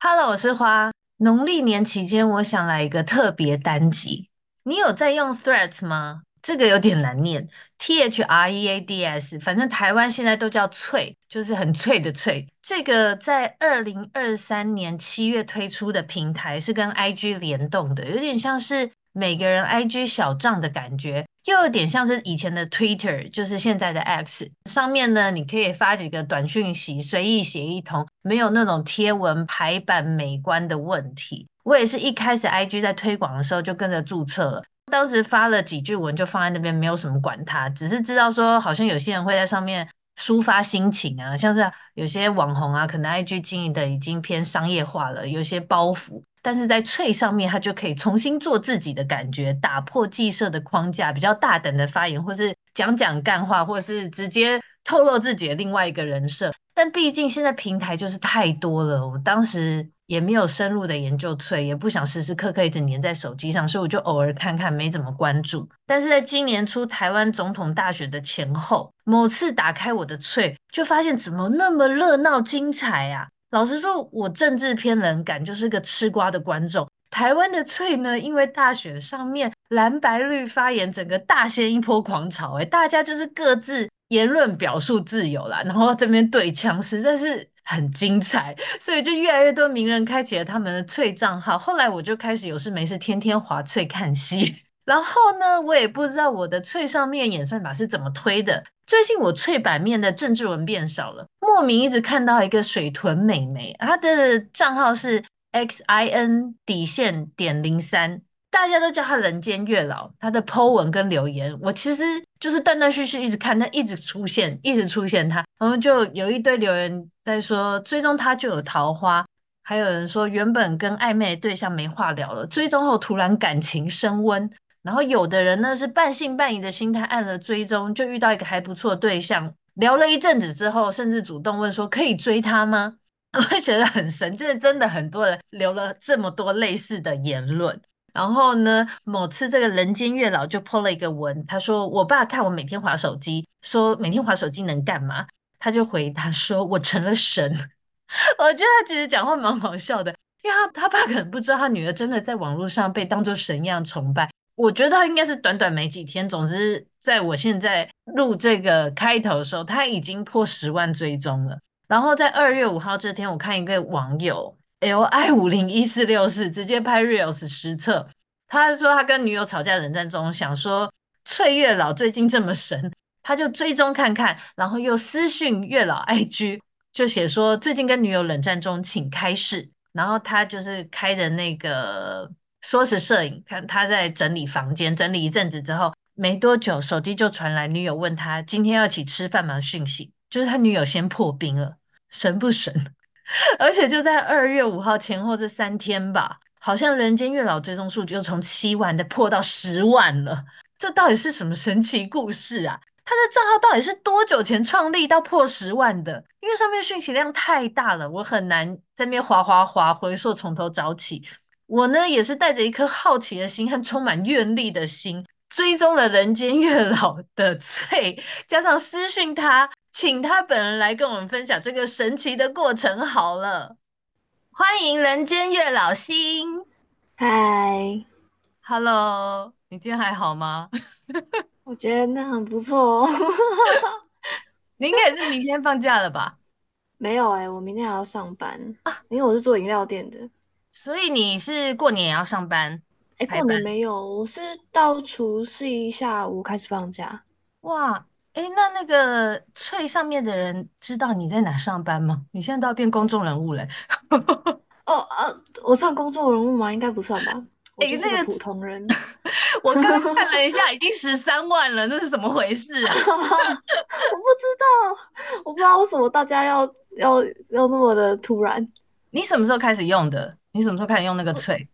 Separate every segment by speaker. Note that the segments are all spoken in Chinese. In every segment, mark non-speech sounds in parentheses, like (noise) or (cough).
Speaker 1: Hello，我是花。农历年期间，我想来一个特别单集。你有在用 Threads 吗？这个有点难念，T H R E A D S，反正台湾现在都叫脆，就是很脆的脆。这个在二零二三年七月推出的平台是跟 I G 联动的，有点像是每个人 I G 小账的感觉，又有点像是以前的 Twitter，就是现在的 X。上面呢，你可以发几个短讯息，随意写一通，没有那种贴文排版美观的问题。我也是一开始 IG 在推广的时候就跟着注册了，当时发了几句文就放在那边，没有什么管它，只是知道说好像有些人会在上面抒发心情啊，像是有些网红啊，可能 IG 经营的已经偏商业化了，有些包袱。但是在翠上面，他就可以重新做自己的感觉，打破既设的框架，比较大胆的发言，或是讲讲干话，或是直接透露自己的另外一个人设。但毕竟现在平台就是太多了，我当时也没有深入的研究翠，也不想时时刻刻一直黏在手机上，所以我就偶尔看看，没怎么关注。但是在今年初台湾总统大选的前后，某次打开我的翠，就发现怎么那么热闹精彩啊！老实说，我政治偏冷感，就是个吃瓜的观众。台湾的翠呢，因为大选上面蓝白绿发言，整个大掀一波狂潮、欸，哎，大家就是各自言论表述自由啦，然后这边对枪，实在是很精彩，所以就越来越多名人开启了他们的翠账号。后来我就开始有事没事天天划翠看戏。然后呢，我也不知道我的翠上面演算法是怎么推的。最近我翠版面的政治文变少了，莫名一直看到一个水豚美眉，她的账号是 x i n 底线点零三，大家都叫她人间月老。她的 Po 文跟留言，我其实就是断断续续一直看，她一直出现，一直出现她，然后就有一堆留言在说追踪她就有桃花。还有人说，原本跟暧昧的对象没话聊了，追踪后突然感情升温，然后有的人呢是半信半疑的心态按了追踪，就遇到一个还不错的对象，聊了一阵子之后，甚至主动问说可以追他吗？ (laughs) 我会觉得很神，就是真的很多人留了这么多类似的言论。然后呢，某次这个人间月老就 po 了一个文，他说我爸看我每天划手机，说每天划手机能干嘛？他就回答说我成了神。我觉得他其实讲话蛮好笑的，因为他他爸可能不知道他女儿真的在网络上被当做神一样崇拜。我觉得他应该是短短没几天，总之，在我现在录这个开头的时候，他已经破十万追踪了。然后在二月五号这天，我看一个网友 L I 五零一四六四直接拍 reels 实测，他说他跟女友吵架冷战中，想说翠月老最近这么神，他就追踪看看，然后又私讯月老 IG，就写说最近跟女友冷战中，请开示。然后他就是开的那个说是摄影，看他在整理房间，整理一阵子之后，没多久手机就传来女友问他今天要一起吃饭吗讯息，就是他女友先破冰了，神不神？ (laughs) 而且就在二月五号前后这三天吧，好像人间月老追踪数就从七万再破到十万了，这到底是什么神奇故事啊？他的账号到底是多久前创立到破十万的？因为上面讯息量太大了，我很难在那边划划划回溯，从头找起。我呢也是带着一颗好奇的心和充满愿力的心，追踪了人间月老的翠，加上私讯他，请他本人来跟我们分享这个神奇的过程。好了，欢迎人间月老星
Speaker 2: 嗨，
Speaker 1: ，Hello，你今天还好吗？ (laughs)
Speaker 2: 我觉得那很不错哦。 (laughs)
Speaker 1: 你应该也是明天放假了吧？
Speaker 2: 没有哎、我明天还
Speaker 1: 啊
Speaker 2: 要上班因为我是做饮料店的。
Speaker 1: 所以你是过年也要上班？
Speaker 2: 哎，
Speaker 1: 排
Speaker 2: 过年
Speaker 1: 班
Speaker 2: 没有，我是到除夕下午开始放假。
Speaker 1: 哇，哎，那那个翠上面的人知道你在哪上班吗？你现在都要变公众人物了。
Speaker 2: 哦啊，我算公众人物吗？应该不算吧，我
Speaker 1: 哎
Speaker 2: 就是
Speaker 1: 那个
Speaker 2: 个普通
Speaker 1: (laughs)
Speaker 2: 人。 (laughs)
Speaker 1: 我刚刚看了一下，已经十三万了，那是怎么回事啊？
Speaker 2: 我不知道，我不知道为什么大家要要要那么的突然。
Speaker 1: 你什么时候开始用的？你什么时候开始用那个翠？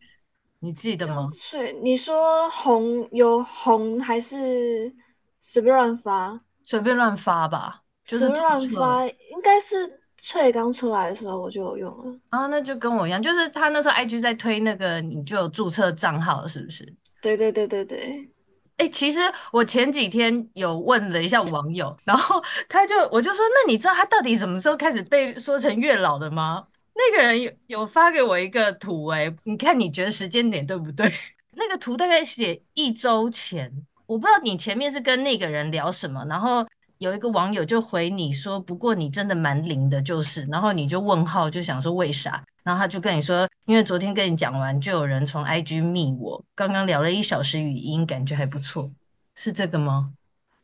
Speaker 1: 你记得吗？
Speaker 2: 所以你说红有红还是随便乱发？
Speaker 1: 随便乱发吧，就是
Speaker 2: 随便乱
Speaker 1: 注册
Speaker 2: 发应该是翠刚出来的时候我就有用了。
Speaker 1: 啊，那就跟我一样，就是他那时候 IG 在推那个，你就有注册账号了，是不是？
Speaker 2: 对对对对对，
Speaker 1: 哎、其实我前几天有问了一下网友，然后 (laughs) 他就我就说，那你知道他到底什么时候开始被说成月老的吗？那个人有有发给我一个图、哎，你看你觉得时间点对不对？ (laughs) 那个图大概写一周前，我不知道你前面是跟那个人聊什么，然后有一个网友就回你说，不过你真的蛮灵的，就是，然后你就问号，就想说为啥？然后他就跟你说，因为昨天跟你讲完，就有人从 IG 密我，刚刚聊了一小时语音，感觉还不错，是这个吗？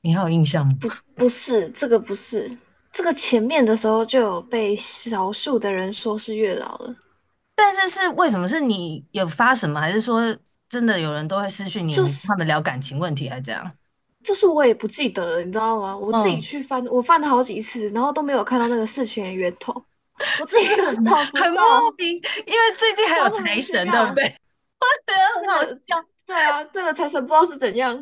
Speaker 1: 你还有印象吗？
Speaker 2: 不不是这个不是这个前面的时候就有被少数的人说是月老了，
Speaker 1: 但是是为什么？是你有发什么，还是说真的有人都会私讯你，
Speaker 2: 就
Speaker 1: 你跟
Speaker 2: 是
Speaker 1: 他们聊感情问题，还这样？
Speaker 2: 就是我也不记得了，你知道吗？我自己
Speaker 1: 嗯
Speaker 2: 去翻，我翻了好几次，然后都没有看到那个事情的源头，我自己都找不
Speaker 1: 很
Speaker 2: 到。
Speaker 1: 莫名，因为最近还有
Speaker 2: 超莫
Speaker 1: 财
Speaker 2: 名其
Speaker 1: 神，对
Speaker 2: 妙
Speaker 1: 不
Speaker 2: (laughs)
Speaker 1: 对？我觉得很
Speaker 2: 那
Speaker 1: 好
Speaker 2: 个
Speaker 1: 笑。
Speaker 2: 对啊，这个财神不知道是怎样，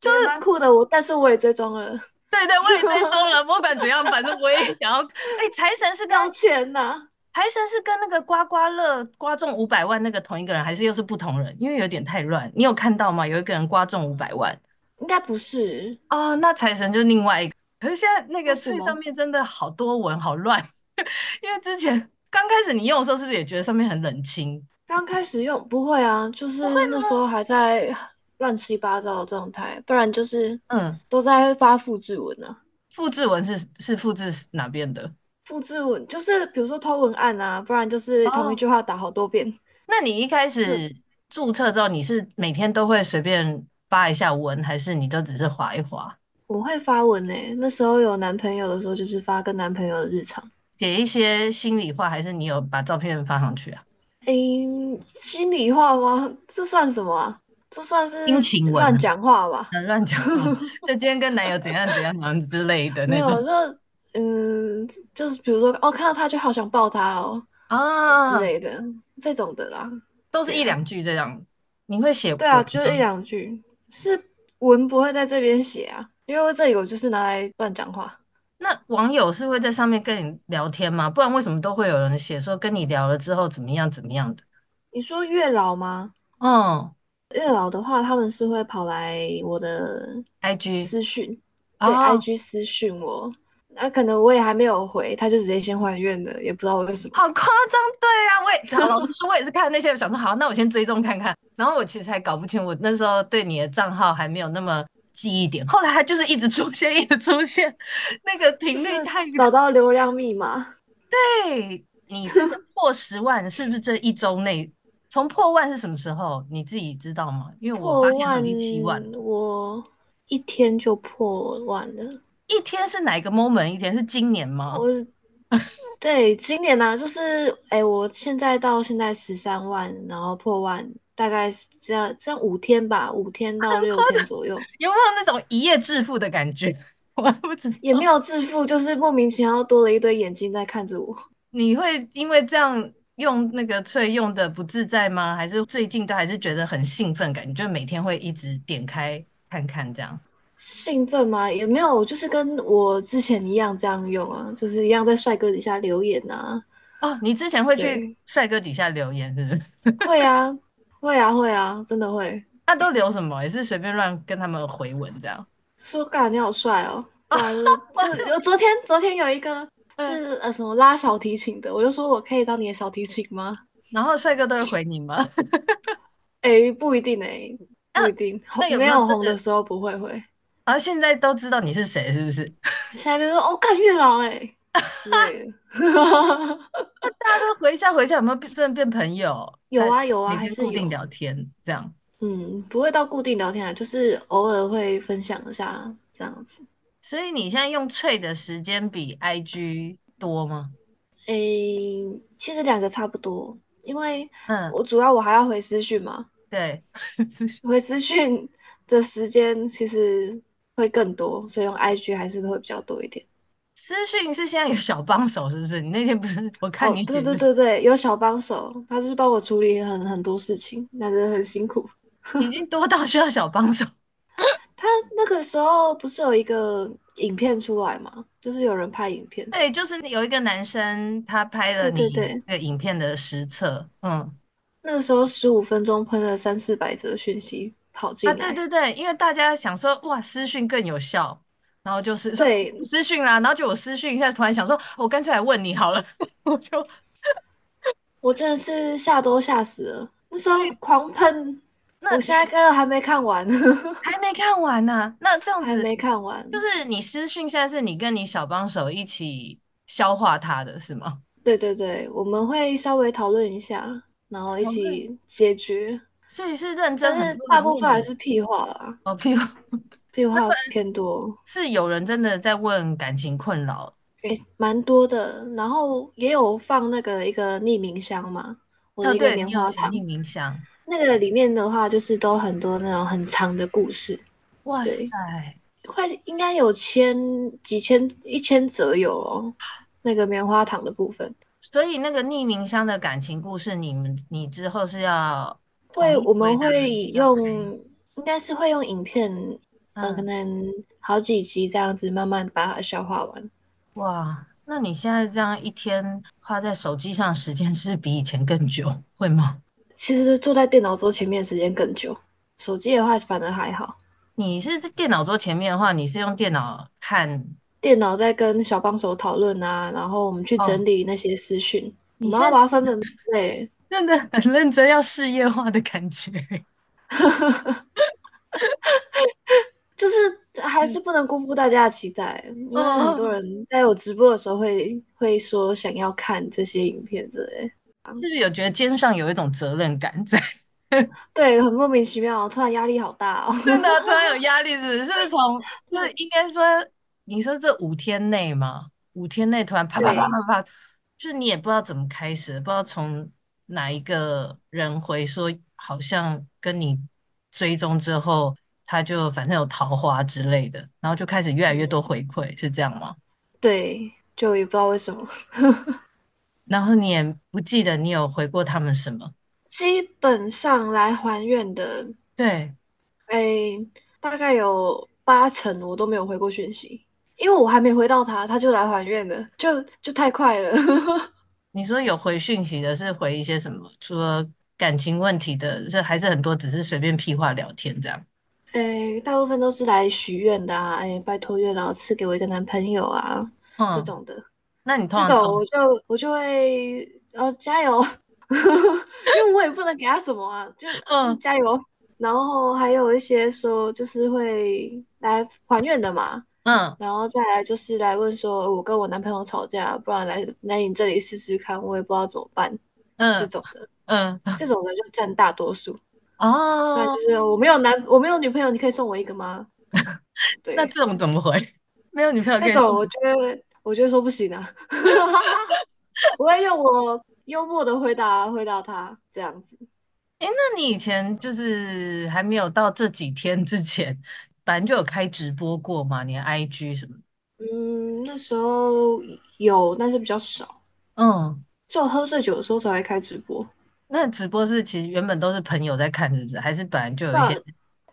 Speaker 1: 就
Speaker 2: 也蛮酷的。我但是我也追踪了，
Speaker 1: 对对，我也追 (laughs) 踪了，不管怎样，反正我也想要。哎，财神是跟
Speaker 2: 要钱呐、
Speaker 1: 财神是跟那个刮刮乐刮中五百万那个同一个人，还是又是不同人？因为有点太乱。你有看到吗？有一个人刮中五百万
Speaker 2: 应该不是
Speaker 1: 哦，那财神就另外一个。哦可是现在那个
Speaker 2: 为什
Speaker 1: 翠
Speaker 2: 么
Speaker 1: 上面真的好多文，好乱。 (laughs) 因为之前刚开始你用的时候，是不是也觉得上面很冷清？
Speaker 2: 刚开始用，不会啊，就是那时候还在 (laughs) 乱七八糟的状态，不然就是
Speaker 1: 嗯，
Speaker 2: 都在发复制文啊。
Speaker 1: 复制文是是复制哪边的？
Speaker 2: 复制文就是比如说偷文案啊，不然就是同一句话打好多遍。
Speaker 1: 那你一开始注册之后，你是每天都会随便发一下文，还是你都只是划一划，
Speaker 2: 我会发文呢、那时候有男朋友的时候，就是发跟男朋友的日常。
Speaker 1: 写一些心里话，还是你有把照片发上
Speaker 2: (laughs)
Speaker 1: 去啊？
Speaker 2: 诶，心里话吗？这算什么啊？这算是
Speaker 1: 殷勤文
Speaker 2: 乱
Speaker 1: 啊
Speaker 2: 讲话吧？
Speaker 1: 呃，乱讲
Speaker 2: (laughs)
Speaker 1: 话，就今天跟男友怎样怎样怎样之类的
Speaker 2: 没
Speaker 1: 那
Speaker 2: 有，
Speaker 1: 种
Speaker 2: 就嗯，就是比如说，哦，看到他就好想抱他哦之
Speaker 1: 啊，
Speaker 2: 类的，这种的啦。
Speaker 1: 都是
Speaker 2: 对
Speaker 1: 一
Speaker 2: 啊，
Speaker 1: 两句这样。你会写
Speaker 2: 对啊，
Speaker 1: 文
Speaker 2: 就是一
Speaker 1: 吗？
Speaker 2: 两句，是文不会在这边写啊，因为这里我就是拿来乱讲话。
Speaker 1: 那网友是会在上面跟你聊天吗？不然为什么都会有人写说跟你聊了之后怎么样怎么样的？
Speaker 2: 你说月老吗？
Speaker 1: 嗯
Speaker 2: 月老的话，他们是会跑来我的
Speaker 1: ，IG
Speaker 2: 私讯，对
Speaker 1: 哦，
Speaker 2: ，IG 私讯我，那、可能我也还没有回，他就直接先还愿了，也不知道为什么。
Speaker 1: 好夸张，对啊，我也， (laughs) 好老实说，我也是看那些，想说好，那我先追踪看看。然后我其实还搞不清，我那时候对你的账号还没有那么记忆点。后来它就是一直出现，一直出现，那个频
Speaker 2: 就
Speaker 1: 率
Speaker 2: 是
Speaker 1: 太
Speaker 2: 找到流量密码，
Speaker 1: 对，你真的破十万，是不是这一周内？从破万是什么时候？你自己知道吗？因为我发
Speaker 2: 破
Speaker 1: 现好像
Speaker 2: 万，
Speaker 1: 已经七万了。
Speaker 2: 我一天就破万了。
Speaker 1: 一天是哪一个 moment？一天是今年吗？
Speaker 2: 我对今年呢、啊，就是哎、我现在到现在十三万，然后破万，大概是这样，这样五天吧，五天到六天左右，
Speaker 1: 有没有那种一夜致富的感觉？ (laughs) 我还不知
Speaker 2: 也
Speaker 1: 道。
Speaker 2: 没有致富，就是莫名其妙多了一堆眼睛在看着我。 (laughs)
Speaker 1: 你会因为这样用那个翠用的不自在吗？还是最近都还是觉得很兴奋，感觉就每天会一直点开看看这样？
Speaker 2: 兴奋吗？也没有，我就是跟我之前一样这样用啊，就是一样在帅哥底下留言啊。
Speaker 1: 哦，你之前会去
Speaker 2: 对，
Speaker 1: 帅哥底下留言是不 (laughs) 是？
Speaker 2: 会啊，会啊，会啊，真的会。
Speaker 1: 那都留什么？也是随便乱跟他们回文这样。
Speaker 2: 说干你好帅
Speaker 1: (laughs)
Speaker 2: 哦，对啊，就是就是我昨天昨天有一个
Speaker 1: 嗯，
Speaker 2: 是呃什么拉小提琴的，我就说我可以当你的小提琴吗？
Speaker 1: 然后帅哥都会回你吗？ (laughs)
Speaker 2: 诶，不一定诶，
Speaker 1: 那
Speaker 2: 不一定，红
Speaker 1: 啊那有
Speaker 2: 没
Speaker 1: 没有
Speaker 2: 有
Speaker 1: 真
Speaker 2: 红的
Speaker 1: 的？
Speaker 2: 时候不会会，
Speaker 1: 然后现在都知道你是谁，是不是？
Speaker 2: 现在就说哦干月老
Speaker 1: (laughs)
Speaker 2: 诶之类的， (laughs)
Speaker 1: 大家都回一下回一下，有没有变真的变朋友？
Speaker 2: 有
Speaker 1: 在
Speaker 2: 啊有啊，
Speaker 1: 每
Speaker 2: 还
Speaker 1: 天
Speaker 2: 是
Speaker 1: 固定
Speaker 2: 有，
Speaker 1: 聊天这样。
Speaker 2: 嗯，不会到固定聊天啊，就是偶尔会分享一下这样子。
Speaker 1: 所以你现在用脆的时间比 IG 多吗？
Speaker 2: 诶、其实两个差不多，因为
Speaker 1: 嗯，
Speaker 2: 我主要我还要回私讯嘛，
Speaker 1: 对，
Speaker 2: 回私讯的时间其实会更多，所以用 IG 还是会比较多一点。
Speaker 1: 私讯是现在有小帮手，是不是？你那天不是我看
Speaker 2: 哦
Speaker 1: 你，
Speaker 2: 对
Speaker 1: 写
Speaker 2: 对
Speaker 1: 的
Speaker 2: 对对，有小帮手，他就是帮我处理很很多事情，那真的很辛苦。
Speaker 1: 已经多到需要小帮手。
Speaker 2: 他那个时候不是有一个影片出来嘛，就是有人拍影片，
Speaker 1: (laughs) 对，就是有一个男生他拍了
Speaker 2: 对对
Speaker 1: 你
Speaker 2: 对，
Speaker 1: 那个影片的实测，嗯，
Speaker 2: 那个时候十五分钟喷了三四百则讯息跑进
Speaker 1: 啊，对
Speaker 2: 来，
Speaker 1: 对对，因为大家想说哇私讯更有效，然后就是说
Speaker 2: 对，
Speaker 1: (laughs) 私讯啊啦，然后就我私讯一下，突然想说我干脆来问你好了，我 (laughs) 就
Speaker 2: 我真的是吓都吓死了，那时
Speaker 1: 所
Speaker 2: 候
Speaker 1: 以
Speaker 2: 狂喷，
Speaker 1: 那
Speaker 2: 我现在刚刚还没看完，
Speaker 1: 还没看完呢、那这样
Speaker 2: (laughs) 还
Speaker 1: 子
Speaker 2: 没看完，
Speaker 1: 就是你私讯现在是你跟你小帮手一起消化它的是吗？
Speaker 2: 对对对，我们会稍微讨论一下，然后一
Speaker 1: 讨论，
Speaker 2: 起解决，
Speaker 1: 所以是认真
Speaker 2: 但
Speaker 1: 很
Speaker 2: 是
Speaker 1: 多
Speaker 2: 大
Speaker 1: 里
Speaker 2: 部
Speaker 1: 面
Speaker 2: 分
Speaker 1: 有
Speaker 2: 还是屁话啦，
Speaker 1: 哦，譬如
Speaker 2: 屁话偏多。
Speaker 1: 是有人真的在问感情困扰，
Speaker 2: 诶，蛮多的，然后也有放那个一个匿名箱嘛，我
Speaker 1: 哦，
Speaker 2: 的一个
Speaker 1: 对
Speaker 2: 棉
Speaker 1: 你有
Speaker 2: 花
Speaker 1: 写
Speaker 2: 糖，
Speaker 1: 匿名箱，
Speaker 2: 那个里面的话就是都很多那种很长的故事，
Speaker 1: 哇
Speaker 2: 对，
Speaker 1: 塞！
Speaker 2: 快应该有千几千一千则有哦，那个棉花糖的部分，
Speaker 1: 所以那个匿名箱的感情故事，你们你之后是要
Speaker 2: 会
Speaker 1: 统一
Speaker 2: 我
Speaker 1: 回
Speaker 2: 们
Speaker 1: 答，还
Speaker 2: 会
Speaker 1: 是要
Speaker 2: 用
Speaker 1: 拍？
Speaker 2: 应该是会用影片，呃，可
Speaker 1: 嗯，
Speaker 2: 能好几集这样子慢慢把它消化完。
Speaker 1: 哇，那你现在这样一天花在手机上的时间，是不是比以前更久？会吗？
Speaker 2: 其实坐在电脑桌前面的时间更久，手机的话反而还好。
Speaker 1: 你是在电脑桌前面的话，你是用电脑看
Speaker 2: 电脑在跟小帮手讨论啊，然后我们去
Speaker 1: 哦？
Speaker 2: 整理那些私讯，我
Speaker 1: 你
Speaker 2: 们要
Speaker 1: 现
Speaker 2: 把
Speaker 1: 在
Speaker 2: 它分门别类。
Speaker 1: 真的很认真，要事业化的感觉。 (laughs)
Speaker 2: 就是还是
Speaker 1: 嗯，
Speaker 2: 不能辜负大家的期待，因为很多
Speaker 1: 哦，
Speaker 2: 人在我直播的时候会会说想要看这些影片之类，
Speaker 1: 是不是有觉得肩上有一种责任感在？
Speaker 2: 对，很莫名其妙，突然压力好大哦。 (laughs)
Speaker 1: 真的突然有压力，是不是？是不是从就是
Speaker 2: 对
Speaker 1: 应该说，你说这五天内嘛，五天内突然啪啪啪
Speaker 2: 对
Speaker 1: 啪啪，就是你也不知道怎么开始，不知道从哪一个人回说，好像跟你追踪之后，他就反正有桃花之类的，然后就开始越来越多回馈，是这样吗？
Speaker 2: 对，就也不知道为什么，
Speaker 1: 然后你也不记得你有回过他们什么，
Speaker 2: 基本上来还愿的，
Speaker 1: 对，
Speaker 2: 哎，大概有八成我都没有回过讯息，因为我还没回到他，他就来还愿了，就就太快了。 (laughs)
Speaker 1: 你说有回讯息的是回一些什么？除了感情问题的，这还是很多只是随便屁话聊天这样。
Speaker 2: 诶，哎大部分都是来许愿的啊，诶，拜托月老赐给我一个男朋友啊，这
Speaker 1: 嗯，
Speaker 2: 种的，
Speaker 1: 那你通
Speaker 2: 这
Speaker 1: 常
Speaker 2: 种
Speaker 1: 都
Speaker 2: 我就我就会哦加油， (laughs) 因为我也不能给他什么啊，就嗯
Speaker 1: (laughs) 嗯
Speaker 2: 加油。然后还有一些说就是会来还愿的嘛，
Speaker 1: 嗯，
Speaker 2: 然后再来就是来问说呃我跟我男朋友吵架，不然来来你这里试试看，我也不知道怎么办，这
Speaker 1: 嗯
Speaker 2: 种
Speaker 1: (laughs)
Speaker 2: 的， (laughs)
Speaker 1: 嗯，
Speaker 2: 这种的就占大多数。不 (laughs) 然就
Speaker 1: 哦，
Speaker 2: 是我没有男我没有女朋友，你可以送我一
Speaker 1: (laughs)
Speaker 2: 个吗？
Speaker 1: 那
Speaker 2: 对。
Speaker 1: 这种怎么回？没有女朋友
Speaker 2: 那
Speaker 1: 可以
Speaker 2: 种
Speaker 1: 送
Speaker 2: 我
Speaker 1: 你，
Speaker 2: 觉得，我觉得说不行啊， (laughs) 我会用我幽默的回答回答他，这样子。
Speaker 1: 诶，那你以前就是还没有到这几天之前，反正就有开直播过嘛，你的 IG 什么的？
Speaker 2: 嗯，那时候有，但是比较少，
Speaker 1: 嗯，
Speaker 2: 只有喝醉酒的时候才会开直播。
Speaker 1: 那直播是其实原本都是朋友在看，是不是？还是本来就有一
Speaker 2: 那，
Speaker 1: 些？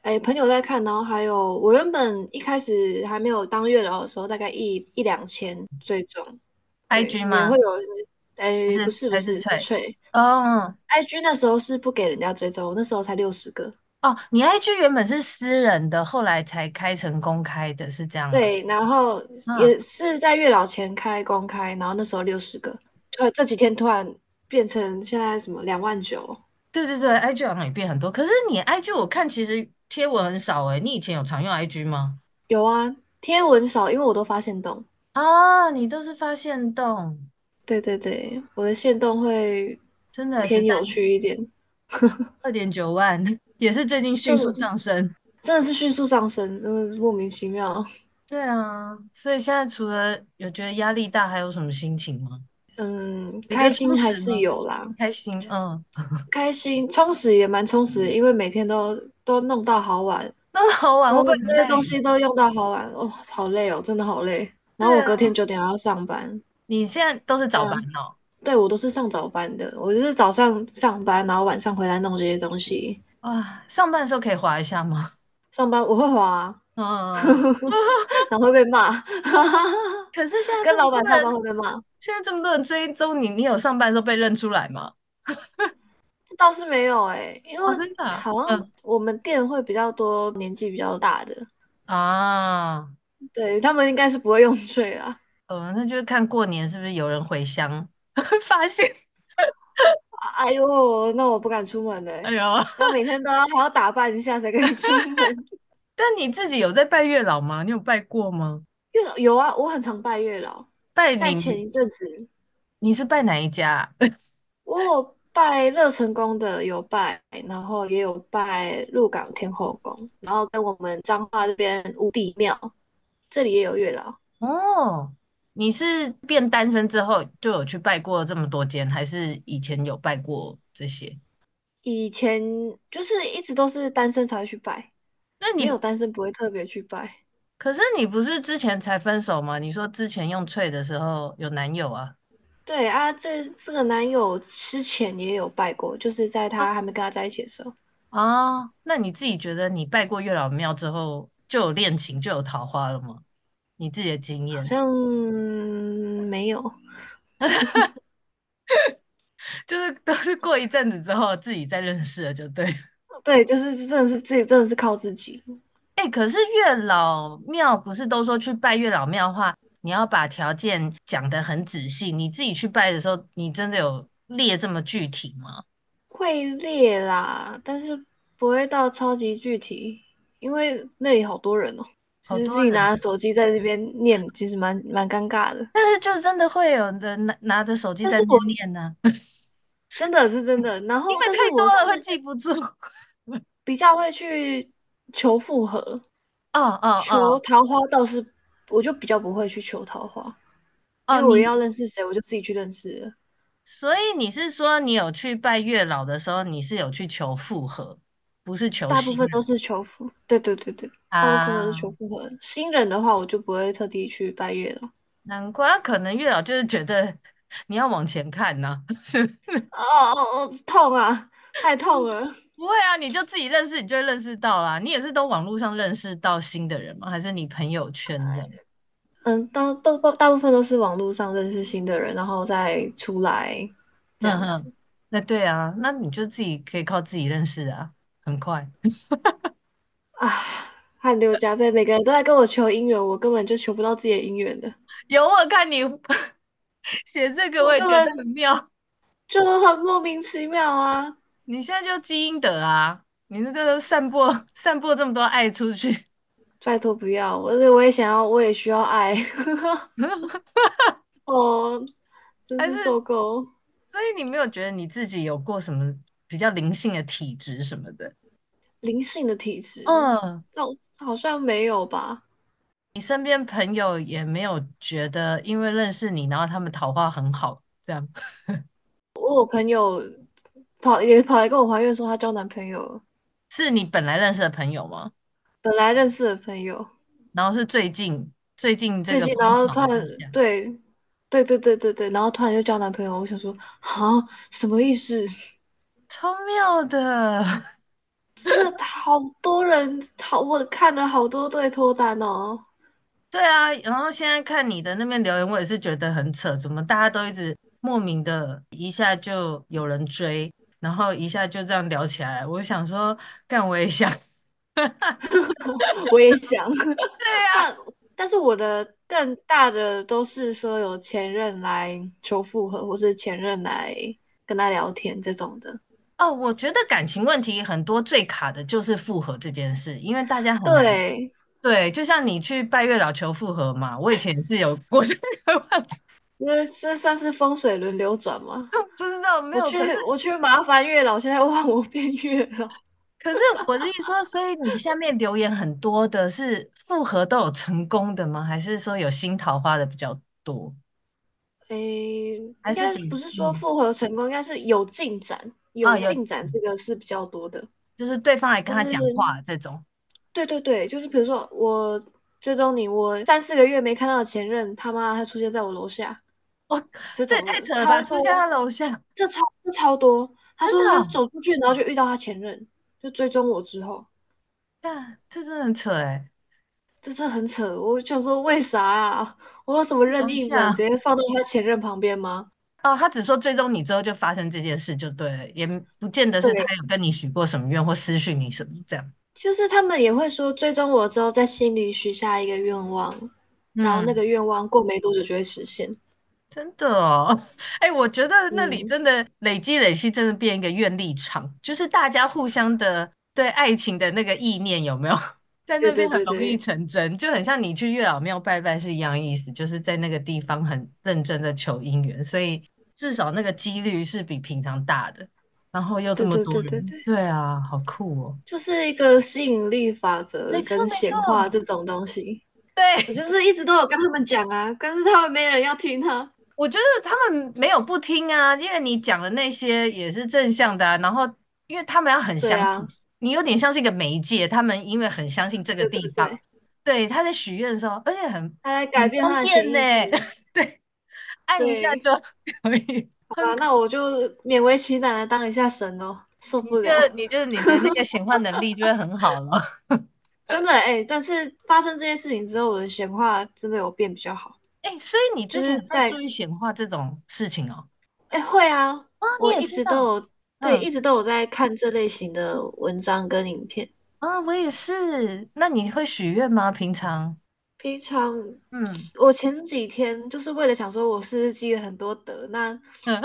Speaker 2: 哎，朋友在看，然后还有我原本一开始还没有当月老的时候，大概一一两千追踪，对，
Speaker 1: IG
Speaker 2: 也会
Speaker 1: 吗？
Speaker 2: 有，
Speaker 1: 还
Speaker 2: 哎，不
Speaker 1: 是
Speaker 2: 是不
Speaker 1: 还是
Speaker 2: 是，是
Speaker 1: 退？
Speaker 2: 吹
Speaker 1: 哦
Speaker 2: IG 那时候是不给人家追踪，那时候才六十个。
Speaker 1: 哦，你 IG 原本是私人的，后来才开成公开的，是这样吗？
Speaker 2: 对，然后
Speaker 1: 嗯，
Speaker 2: 也是在月老前开公开，然后那时候六十个，呃，这几天突然变成现在什么两万九，
Speaker 1: 对对对，IG 好像也变很多，可是你 IG 我看其实贴文很少欸诶，你以前有常用 IG 吗？
Speaker 2: 有啊，贴文少，因为我都发现动，
Speaker 1: 啊，你都是发现动，
Speaker 2: 对对对，我的线动会
Speaker 1: 真的时
Speaker 2: 偏
Speaker 1: 代
Speaker 2: 有趣一点，
Speaker 1: 二点九万， (laughs) 也是最近迅速上升。
Speaker 2: 真的是迅速上升，真的是莫名其妙。
Speaker 1: 对啊，所以现在除了有觉得压力大，还有什么心情吗？
Speaker 2: 嗯，
Speaker 1: 觉
Speaker 2: 开
Speaker 1: 得
Speaker 2: 心
Speaker 1: 充
Speaker 2: 还
Speaker 1: 实
Speaker 2: 是
Speaker 1: 吗
Speaker 2: 有啦，
Speaker 1: 开心，嗯，
Speaker 2: 开心充实也蛮充实的，因为每天都都弄到好晚，
Speaker 1: 那好
Speaker 2: 然
Speaker 1: 玩，
Speaker 2: 后
Speaker 1: 嗯啊我感
Speaker 2: 这些东西都用到好晚，哦，好累哦，真的好累。然后
Speaker 1: 对
Speaker 2: 我隔天
Speaker 1: 啊
Speaker 2: 九点还要上班，
Speaker 1: 你现在都是早
Speaker 2: 嗯
Speaker 1: 班哦。
Speaker 2: 对我都是上早班的，我就是早上上班，然后晚上回来弄这些东西。
Speaker 1: 哇，上班的时候可以滑一下吗？
Speaker 2: 上班我会滑啊， (laughs)
Speaker 1: (laughs) 嗯，
Speaker 2: 然后会被骂，
Speaker 1: 可是现在
Speaker 2: (laughs) 跟
Speaker 1: 这么
Speaker 2: 老
Speaker 1: 多
Speaker 2: 板上班
Speaker 1: 人，
Speaker 2: 会被骂。
Speaker 1: 现在这么多人追踪你，你有上班的时候被认出来吗？
Speaker 2: 这倒是没有诶、因
Speaker 1: 哦，
Speaker 2: 为
Speaker 1: 真的啊，
Speaker 2: 好像
Speaker 1: 嗯
Speaker 2: 我们店会比较多年纪比较大的，
Speaker 1: 啊，
Speaker 2: 对他们应该是不会用税啦。
Speaker 1: 哦，那就是看过年是不是有人回乡， (laughs) 发现，
Speaker 2: 哎呦，那我不敢出门嘞、
Speaker 1: 哎呦，
Speaker 2: 要每天都要还要打扮一下才可以出门。 (laughs)
Speaker 1: 但你自己有在拜月老吗？你有拜过吗？
Speaker 2: 月老有啊，我很常拜月老，
Speaker 1: 拜
Speaker 2: 在
Speaker 1: 你，
Speaker 2: 前一阵子
Speaker 1: 你是拜哪一家啊？
Speaker 2: 我有拜乐成宫的有拜，然后也有拜鹿港天后宫，然后跟我们彰化这边五帝庙，这里也有月老。
Speaker 1: (laughs) 哦，你是变单身之后就有去拜过这么多间，还是以前有拜过这些？
Speaker 2: 以前就是一直都是单身才会去拜，
Speaker 1: 那
Speaker 2: 没
Speaker 1: 你，
Speaker 2: 有单身不会特别去拜。
Speaker 1: 可是你不是之前才分手吗？你说之前用翠的时候有男友啊？
Speaker 2: 对啊，这这个男友之前也有拜过，就是在他还没跟他在一起的时候。
Speaker 1: 哦，那你自己觉得你拜过月老庙之后就有恋情就有桃花了吗？你自己的经
Speaker 2: 好
Speaker 1: 验，
Speaker 2: 像没有，
Speaker 1: 就是都是过一阵子之后自己再认识了就对了。
Speaker 2: 对，就是真的是自己，真的是靠自己。
Speaker 1: 哎，可是月老庙不是都说去拜月老庙的话，你要把条件讲得很仔细。你自己去拜的时候，你真的有列这么具体吗？
Speaker 2: 会列啦，但是不会到超级具体，因为那里好多人哦，
Speaker 1: 好
Speaker 2: 只是
Speaker 1: 多
Speaker 2: 自己
Speaker 1: 人，
Speaker 2: 拿着手机在这边念，其实蛮蛮尴尬的。
Speaker 1: 但是就真的会有人拿拿着手机
Speaker 2: 但
Speaker 1: 在
Speaker 2: 是
Speaker 1: 那
Speaker 2: 我
Speaker 1: 边念呢、
Speaker 2: 真的是真的，然
Speaker 1: 因
Speaker 2: 后
Speaker 1: 为
Speaker 2: 但是
Speaker 1: 太多
Speaker 2: 我是
Speaker 1: 了会记不住。
Speaker 2: 比较会去求复合，
Speaker 1: 哦哦
Speaker 2: 求
Speaker 1: 哦
Speaker 2: 桃花倒是我就比较不会去求桃花，因
Speaker 1: 哦，
Speaker 2: 为我
Speaker 1: 你
Speaker 2: 要认识谁，我就自己去认识了。
Speaker 1: 所以你是说你有去拜月老的时候，你是有去求复合，不是求
Speaker 2: 大部
Speaker 1: 新
Speaker 2: 分
Speaker 1: 人
Speaker 2: 都是求复，对对对对，大部分都是
Speaker 1: 啊？
Speaker 2: 求复合。新人的话，我就不会特地去拜月了。
Speaker 1: 难怪啊可能月老就是觉得 (laughs) 你要往前看呐、 (laughs)
Speaker 2: 哦哦哦，痛啊，太痛了。
Speaker 1: 不会啊，你就自己认识，你就会认识到啦。你也是都网络上认识到新的人吗？还是你朋友圈这样？
Speaker 2: (laughs) 嗯，大都大部分都是网络上认识新的人，然后再出来这
Speaker 1: 嗯
Speaker 2: 样
Speaker 1: 哼，
Speaker 2: 子。
Speaker 1: 那对啊，那你就自己可以靠自己认识啊，很快。
Speaker 2: 啊，汗流浃背，每个人都在跟我求姻缘，我根本就求不到自己的姻缘的，
Speaker 1: 有我看你 (laughs) 写这个，
Speaker 2: 我
Speaker 1: 我也
Speaker 2: 根
Speaker 1: 觉得
Speaker 2: 本
Speaker 1: 很妙。
Speaker 2: 就很莫名其妙啊。
Speaker 1: 你现在就积阴德啊，你这个散播散播这么多爱出去，
Speaker 2: 拜托不要，我我也想要，我也需
Speaker 1: (laughs)
Speaker 2: 要爱。 (laughs) 哦，真
Speaker 1: 还
Speaker 2: 是
Speaker 1: 是
Speaker 2: 受够。
Speaker 1: 所以你没有觉得你自己有过什么比较灵性的体质什么的？
Speaker 2: 灵性的体质，
Speaker 1: 嗯。
Speaker 2: 那我好像没有吧？
Speaker 1: 你身边朋友也没有觉得，因为认识你，然后他们桃花很好，这样
Speaker 2: 我有朋友跑也跑来跟我还愿说她交男朋友了，
Speaker 1: 是你本来认识的朋友吗？
Speaker 2: 本来认识的朋友，
Speaker 1: 然后是最近最近这
Speaker 2: 最
Speaker 1: 个
Speaker 2: 近然
Speaker 1: 风
Speaker 2: 后
Speaker 1: 潮
Speaker 2: 突然
Speaker 1: 之下，
Speaker 2: 对对对对对对，然后突然就交男朋友，我想说啊，什么意思？ (laughs)
Speaker 1: 超妙的。 (laughs)
Speaker 2: 这好多人，好我看了好多对脱单哦。
Speaker 1: 对啊，然后现在看你的那边留言，我也是觉得很扯，怎么大家都一直莫名的一下就有人追，然后一下就这样聊起来，我想说，干我也想，
Speaker 2: (laughs) 我也想，
Speaker 1: 对呀、
Speaker 2: 但啊但是我的更大的都是说有前任来求复合，或是前任来跟他聊天这种的。
Speaker 1: 哦，我觉得感情问题很多最卡的就是复合这件事，因为大家
Speaker 2: 嗯
Speaker 1: 很难。
Speaker 2: 对，
Speaker 1: 对，就像你去拜月老求复合嘛，我以前也是有过这个 (laughs) 问题，
Speaker 2: 那这算是风水轮流转吗？
Speaker 1: 不知道没
Speaker 2: 我
Speaker 1: 有。啊
Speaker 2: 去，
Speaker 1: 可是
Speaker 2: 我去麻烦月老，现在换我变月老。
Speaker 1: 可是我的意思说，所以你下面留言很多的是复合都有成功的吗？还是说有新桃花的比较多？
Speaker 2: 诶，应
Speaker 1: 还是
Speaker 2: 该
Speaker 1: 得
Speaker 2: 不是说
Speaker 1: 嗯
Speaker 2: 复合成功，应该是有进展，
Speaker 1: 哦
Speaker 2: 啊有
Speaker 1: 有
Speaker 2: 进展这个是比较多的。
Speaker 1: 就是对方来跟
Speaker 2: 就
Speaker 1: 他讲
Speaker 2: 是
Speaker 1: 话这种，
Speaker 2: 对对对，就是比如说我追踪你，我三四个月没看到的前任，他妈他出现在我楼下，
Speaker 1: 哇，
Speaker 2: 这
Speaker 1: 这也
Speaker 2: 种
Speaker 1: 太
Speaker 2: 的
Speaker 1: 扯了吧！
Speaker 2: 超
Speaker 1: 出现
Speaker 2: 多，
Speaker 1: 在楼下，
Speaker 2: 这超这超多。他
Speaker 1: 真
Speaker 2: 说
Speaker 1: 的
Speaker 2: 他
Speaker 1: 哦，
Speaker 2: 走出去，然后就遇到他前任，就追踪我之后，
Speaker 1: 看这真的很扯哎，
Speaker 2: 这是很扯。我想说为啥啊？我有什么任
Speaker 1: 楼
Speaker 2: 意门
Speaker 1: 下啊
Speaker 2: 直接放到他前任旁边吗？
Speaker 1: 哦，他只说追踪你之后就发生这件事就对了，也不见得是他
Speaker 2: 对，
Speaker 1: 有跟你许过什么愿或私讯你什么这样。
Speaker 2: 就是他们也会说追踪我之后，在心里许下一个愿望，然后
Speaker 1: 嗯，
Speaker 2: 那个愿望过没多久就会实现。
Speaker 1: 真的哦， (laughs) 哎，我觉得那里
Speaker 2: 嗯，
Speaker 1: 真的累积累积，真的变一个愿力场，就是大家互相的对爱情的那个意念有没有， (laughs) 在
Speaker 2: 对
Speaker 1: 那边
Speaker 2: 对
Speaker 1: 很容
Speaker 2: 对
Speaker 1: 易
Speaker 2: 对
Speaker 1: 成真，就很像你去月老庙拜拜是一样意思，就是在那个地方很认真的求姻缘，所以至少那个几率是比平常大的，然后又这
Speaker 2: 对
Speaker 1: 么
Speaker 2: 对
Speaker 1: 多
Speaker 2: 对对
Speaker 1: 人，
Speaker 2: 对，
Speaker 1: 对啊，好酷哦， (laughs)
Speaker 2: 就是一个吸引力法则
Speaker 1: 没错
Speaker 2: 跟
Speaker 1: 没错，
Speaker 2: 显化这种东西。我
Speaker 1: 对。
Speaker 2: 就是一直都有跟他们讲啊，但是他们没人要听啊。
Speaker 1: 我觉得他们没有不听啊，因为你讲的那些也是正向的啊。然后，因为他们要很
Speaker 2: 对
Speaker 1: 相信
Speaker 2: 啊，
Speaker 1: 你，有点像是一个媒介。他们因为很相信这个
Speaker 2: 对对
Speaker 1: 地方，
Speaker 2: 对，
Speaker 1: 对，他在许愿的时候，而且很
Speaker 2: 他在改
Speaker 1: 很
Speaker 2: 变
Speaker 1: 方
Speaker 2: 他的
Speaker 1: 便欸
Speaker 2: 潜
Speaker 1: 呢，
Speaker 2: 意识。
Speaker 1: 对，按一下
Speaker 2: 对，
Speaker 1: 就可
Speaker 2: (laughs)
Speaker 1: 以。
Speaker 2: 好
Speaker 1: 很
Speaker 2: 吧，那我就勉为其难的当一下神咯，受
Speaker 1: 你
Speaker 2: 不
Speaker 1: 就
Speaker 2: 了。
Speaker 1: 你就是你的那个显化能力就会很好了。
Speaker 2: 真的哎、但是发生这件事情之后，我的显化真的有变比较好，
Speaker 1: 哎，所以你
Speaker 2: 就
Speaker 1: 之前
Speaker 2: 是
Speaker 1: 有在
Speaker 2: 在
Speaker 1: 注意显化这种事情哦？
Speaker 2: 哎、会啊，
Speaker 1: 啊，你
Speaker 2: 我
Speaker 1: 也
Speaker 2: 一
Speaker 1: 知
Speaker 2: 直都
Speaker 1: 道，
Speaker 2: 有对，
Speaker 1: 嗯
Speaker 2: 一直都有在看这类型的文章跟影片。
Speaker 1: 啊，我也是。那你会许愿吗？平常？
Speaker 2: 平常
Speaker 1: 嗯
Speaker 2: 我前几天就是为了想说，我是不是积了很多德，那
Speaker 1: 嗯。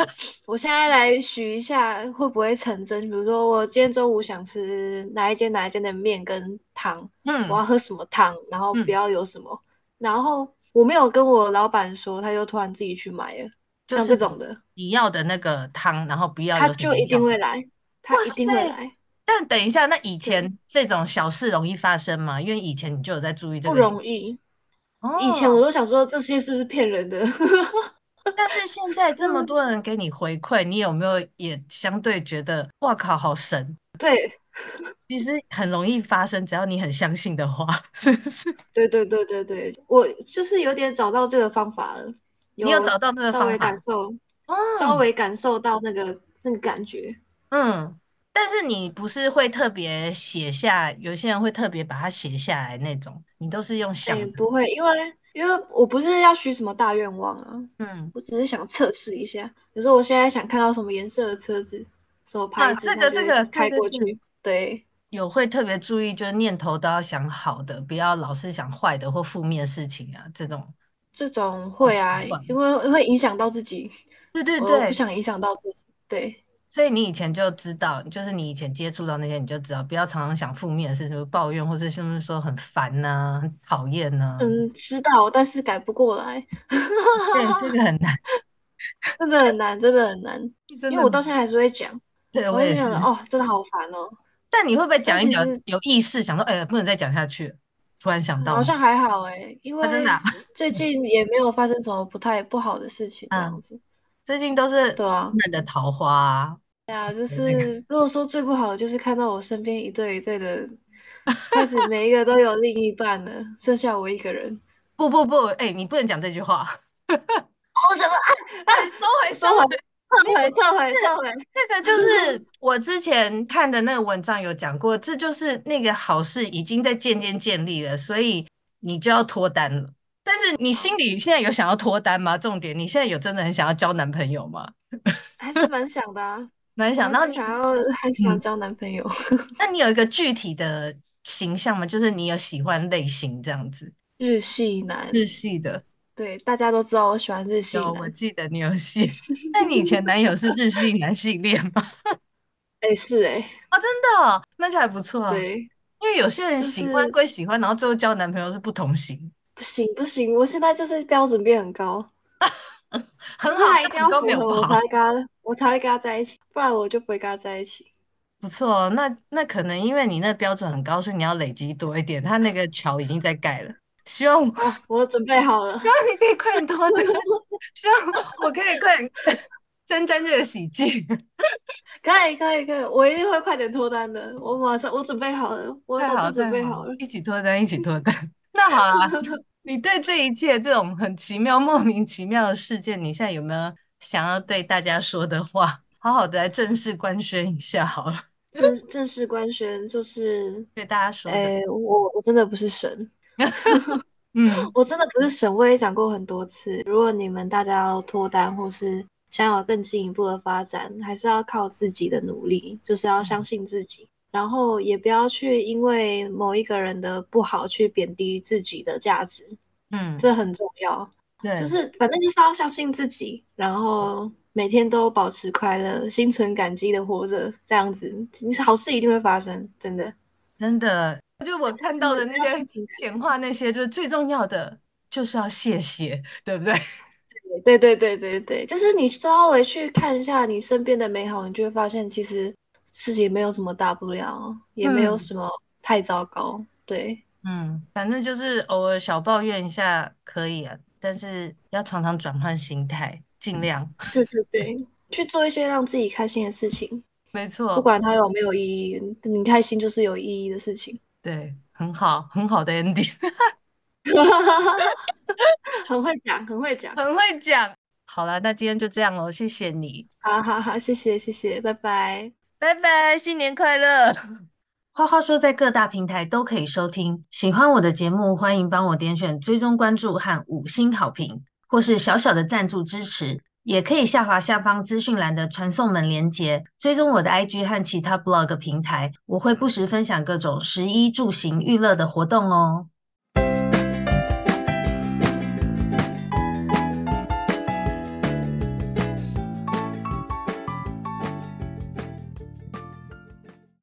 Speaker 2: 我现在来许一下会不会成真？比如说，我今天中午想吃哪一间哪一间的面跟汤，我
Speaker 1: 嗯
Speaker 2: 要喝什么汤，然后不
Speaker 1: 嗯，
Speaker 2: 要有什么，然后我没有跟我老板说，他就突然自己去买了，
Speaker 1: 就
Speaker 2: 像
Speaker 1: 是
Speaker 2: 这
Speaker 1: 你
Speaker 2: 种的，
Speaker 1: 你要的那个汤，然后不要
Speaker 2: 他
Speaker 1: 有什
Speaker 2: 就
Speaker 1: 么
Speaker 2: 一
Speaker 1: 料。
Speaker 2: 定会来，他
Speaker 1: 哇
Speaker 2: 一定会
Speaker 1: 塞！
Speaker 2: 来，
Speaker 1: 但等一下，那以
Speaker 2: 对，
Speaker 1: 前这种小事容易发生吗？因为以前你就有在注意这
Speaker 2: 不
Speaker 1: 个事
Speaker 2: 容易。以前我
Speaker 1: 哦，
Speaker 2: 都想说这些是不是骗人的， (laughs)
Speaker 1: 但是现在这么
Speaker 2: 嗯，
Speaker 1: 多人给你回馈，你有没有也相对觉得哇靠，好神？
Speaker 2: 对。
Speaker 1: 其实很容易发生，只要你很相信的话，是不是？ (laughs)
Speaker 2: 对对对对对，我就是有点找到这个方法了，
Speaker 1: 你有
Speaker 2: 有
Speaker 1: 找到那个
Speaker 2: 稍
Speaker 1: 方
Speaker 2: 微感
Speaker 1: 法？
Speaker 2: 受，稍
Speaker 1: 嗯
Speaker 2: 微感受到那个那个感觉。
Speaker 1: 嗯，但是你不是会特别写下，有些人会特别把它写下来那种，你都是用
Speaker 2: 哎，
Speaker 1: 想的。
Speaker 2: 不会，因为因为我不是要许什么大愿望啊，
Speaker 1: 嗯，
Speaker 2: 我只是想测试一下。比如说我现在想看到什么颜色的车子，什么牌
Speaker 1: 啊，
Speaker 2: 子，
Speaker 1: 这
Speaker 2: 那
Speaker 1: 个
Speaker 2: 就
Speaker 1: 这
Speaker 2: 会
Speaker 1: 个，对
Speaker 2: 开
Speaker 1: 对
Speaker 2: 过
Speaker 1: 对，
Speaker 2: 去。对
Speaker 1: 有会特别注意，就是念头都要想好的，不要老是想坏的或负面事情啊，这种
Speaker 2: 这种
Speaker 1: 的
Speaker 2: 会
Speaker 1: 习
Speaker 2: 啊，
Speaker 1: 惯。
Speaker 2: 因为会影响到自己，
Speaker 1: 对对
Speaker 2: 我哦不
Speaker 1: 对，
Speaker 2: 想影响到自己。对
Speaker 1: 所以你以前就知道，就是你以前接触到那些，你就知道不要常常想负面的事情，抱怨或是就是说很烦呐、很讨厌呐、
Speaker 2: 嗯，知道，但是改不过来，
Speaker 1: 对，这个很
Speaker 2: (laughs)
Speaker 1: 难，
Speaker 2: 真的很难，真的很难。
Speaker 1: 真
Speaker 2: 因
Speaker 1: 的
Speaker 2: 为我到
Speaker 1: 很
Speaker 2: 现在还是会讲，
Speaker 1: 对
Speaker 2: 我
Speaker 1: 我
Speaker 2: 还
Speaker 1: 也
Speaker 2: 是
Speaker 1: 是。
Speaker 2: 想着哦，真的好烦哦。
Speaker 1: 但你会不会
Speaker 2: 但
Speaker 1: 讲一
Speaker 2: 其
Speaker 1: 讲，
Speaker 2: 实嗯
Speaker 1: 有意识想说，哎、不能再讲下去，突然想到
Speaker 2: 好
Speaker 1: 吗？
Speaker 2: 像还好诶，因
Speaker 1: 啊，真的
Speaker 2: 为
Speaker 1: 啊， (laughs)
Speaker 2: 最近也没有发生什么不太不好的事情，这样
Speaker 1: 嗯，
Speaker 2: 子。
Speaker 1: 最近都是
Speaker 2: 对啊，
Speaker 1: 闷的桃花啊，
Speaker 2: 对啊，就
Speaker 1: 有那个。
Speaker 2: 是如果说最不好的就是看到我身边一对一
Speaker 1: (laughs)
Speaker 2: 对的，开始每一个都有另一半了，剩下我一个人。
Speaker 1: 不不不，哎、你不能讲这句话，
Speaker 2: 哦，什么啊啊！
Speaker 1: 哎，收回
Speaker 2: (laughs)
Speaker 1: 收
Speaker 2: 我收
Speaker 1: 回，那
Speaker 2: 回，撤
Speaker 1: 个
Speaker 2: 回，撤回，撤回。
Speaker 1: 那
Speaker 2: 嗯
Speaker 1: 个就是我之前看的那个文章有讲过，这就是那个好事已经在渐渐建立了，所以你就要脱单了。但是你心
Speaker 2: 好，
Speaker 1: 里现在有想要脱单吗？重点，你现在有真的很想要交男朋友吗？
Speaker 2: 还是蛮想
Speaker 1: (laughs)
Speaker 2: 的啊，
Speaker 1: 蛮
Speaker 2: 我
Speaker 1: 想，
Speaker 2: 还
Speaker 1: 然后
Speaker 2: 是
Speaker 1: 你，
Speaker 2: 想要，还想
Speaker 1: 嗯，
Speaker 2: 交男朋友。 (laughs)
Speaker 1: 那你有一个具体的形象吗？就是你有喜欢类型这样子，
Speaker 2: 日系男，
Speaker 1: 日系的。
Speaker 2: 对，大家都知道我喜欢日
Speaker 1: 嗯
Speaker 2: 系
Speaker 1: 有，我
Speaker 2: 男。
Speaker 1: 记得你有写。那你以前男友是日系男系列吗？ (laughs)
Speaker 2: 哎、是哎、
Speaker 1: 啊、真的哦，那就还不错啊。
Speaker 2: 对，
Speaker 1: 因为有些人
Speaker 2: 就
Speaker 1: 喜欢
Speaker 2: 是
Speaker 1: 归喜欢，然后最后交男朋友是不同型，
Speaker 2: 不行不行，我现在就是标准变很高，
Speaker 1: 很
Speaker 2: 就是
Speaker 1: 好，
Speaker 2: 他一
Speaker 1: 但
Speaker 2: 定
Speaker 1: 你
Speaker 2: 要
Speaker 1: 都没
Speaker 2: 符
Speaker 1: 有
Speaker 2: 合
Speaker 1: 不
Speaker 2: 我才
Speaker 1: 好。 (laughs)
Speaker 2: 会跟他，我才会跟他在一起，不然我就不会跟他在一起。
Speaker 1: 不错哦，那那可能因为你那标准很高，所以你要累积多一点。他那个桥已经在盖了，希望希
Speaker 2: 好，哦我准备好
Speaker 1: (laughs)
Speaker 2: 了。
Speaker 1: 望你可以快点 (laughs) 多得，希望我可以快点沾沾这个喜 (laughs) 剧。
Speaker 2: 可以可以可以，我一定会快点脱单的。我马上，我准备好了，我
Speaker 1: 太
Speaker 2: 早
Speaker 1: 好
Speaker 2: 就准
Speaker 1: 太
Speaker 2: 备
Speaker 1: 好 (laughs)
Speaker 2: 好了。
Speaker 1: 一起脱单，一起脱单。 (laughs) 那好啦，你对这一切这种很奇妙、莫名其妙的事件，你现在有没有想要对大家说的话？好好的来正式官宣一下好了，
Speaker 2: 正正式官宣就是，
Speaker 1: 对大家说的，
Speaker 2: 哎、我我真的不是神，
Speaker 1: 嗯，
Speaker 2: 我真的不是神。我也讲过很多次，如果你们大家要脱单，或是想要有更进一步的发展，还是要靠自己的努力，就是要
Speaker 1: 嗯
Speaker 2: 相信自己，然后也不要去因为某一个人的不好去贬低自己的价值，
Speaker 1: 嗯，
Speaker 2: 这很重要。
Speaker 1: 对，
Speaker 2: 就是反正就是要相信自己，然后每天都保持快乐，心存感激的活着，这样子，你好事一定会发生，真的。
Speaker 1: 真的，就我看到的
Speaker 2: 真的
Speaker 1: 那
Speaker 2: 要
Speaker 1: 个
Speaker 2: 心情
Speaker 1: (laughs) 显化那些，就是最重要的就是要谢谢，对不对？ (laughs)
Speaker 2: 对对对对对，就是你稍微去看一下你身边的美好，你就会发现其实事情没有什么大不了，也没有
Speaker 1: 嗯
Speaker 2: 什么太糟糕。对，
Speaker 1: 嗯，反正就是偶尔小抱怨一下可以啊，但是要常常转换心态，尽量。
Speaker 2: 对对对，去做一些让自己开心的事情，
Speaker 1: 没
Speaker 2: 不
Speaker 1: 错，
Speaker 2: 管它有没有意义，你开心就是有意义的事情。 (laughs)
Speaker 1: 对，很好，很好的 ending， (laughs)
Speaker 2: 很会讲，很会讲，
Speaker 1: 很会讲。好啦，那今天就这样喽，谢谢你，
Speaker 2: 好好好，谢谢谢谢，拜拜。
Speaker 1: 拜拜，新年快乐。花花说，在各大平台都可以收听。喜欢我的节目，欢迎帮我点选追踪、关注和五星好评，或是小小的赞助支持。也可以下滑下方资讯栏的传送门连接，追踪我的 IG 和其他 blog 平台，我会不时分享各种食衣住行娱乐的活动哦。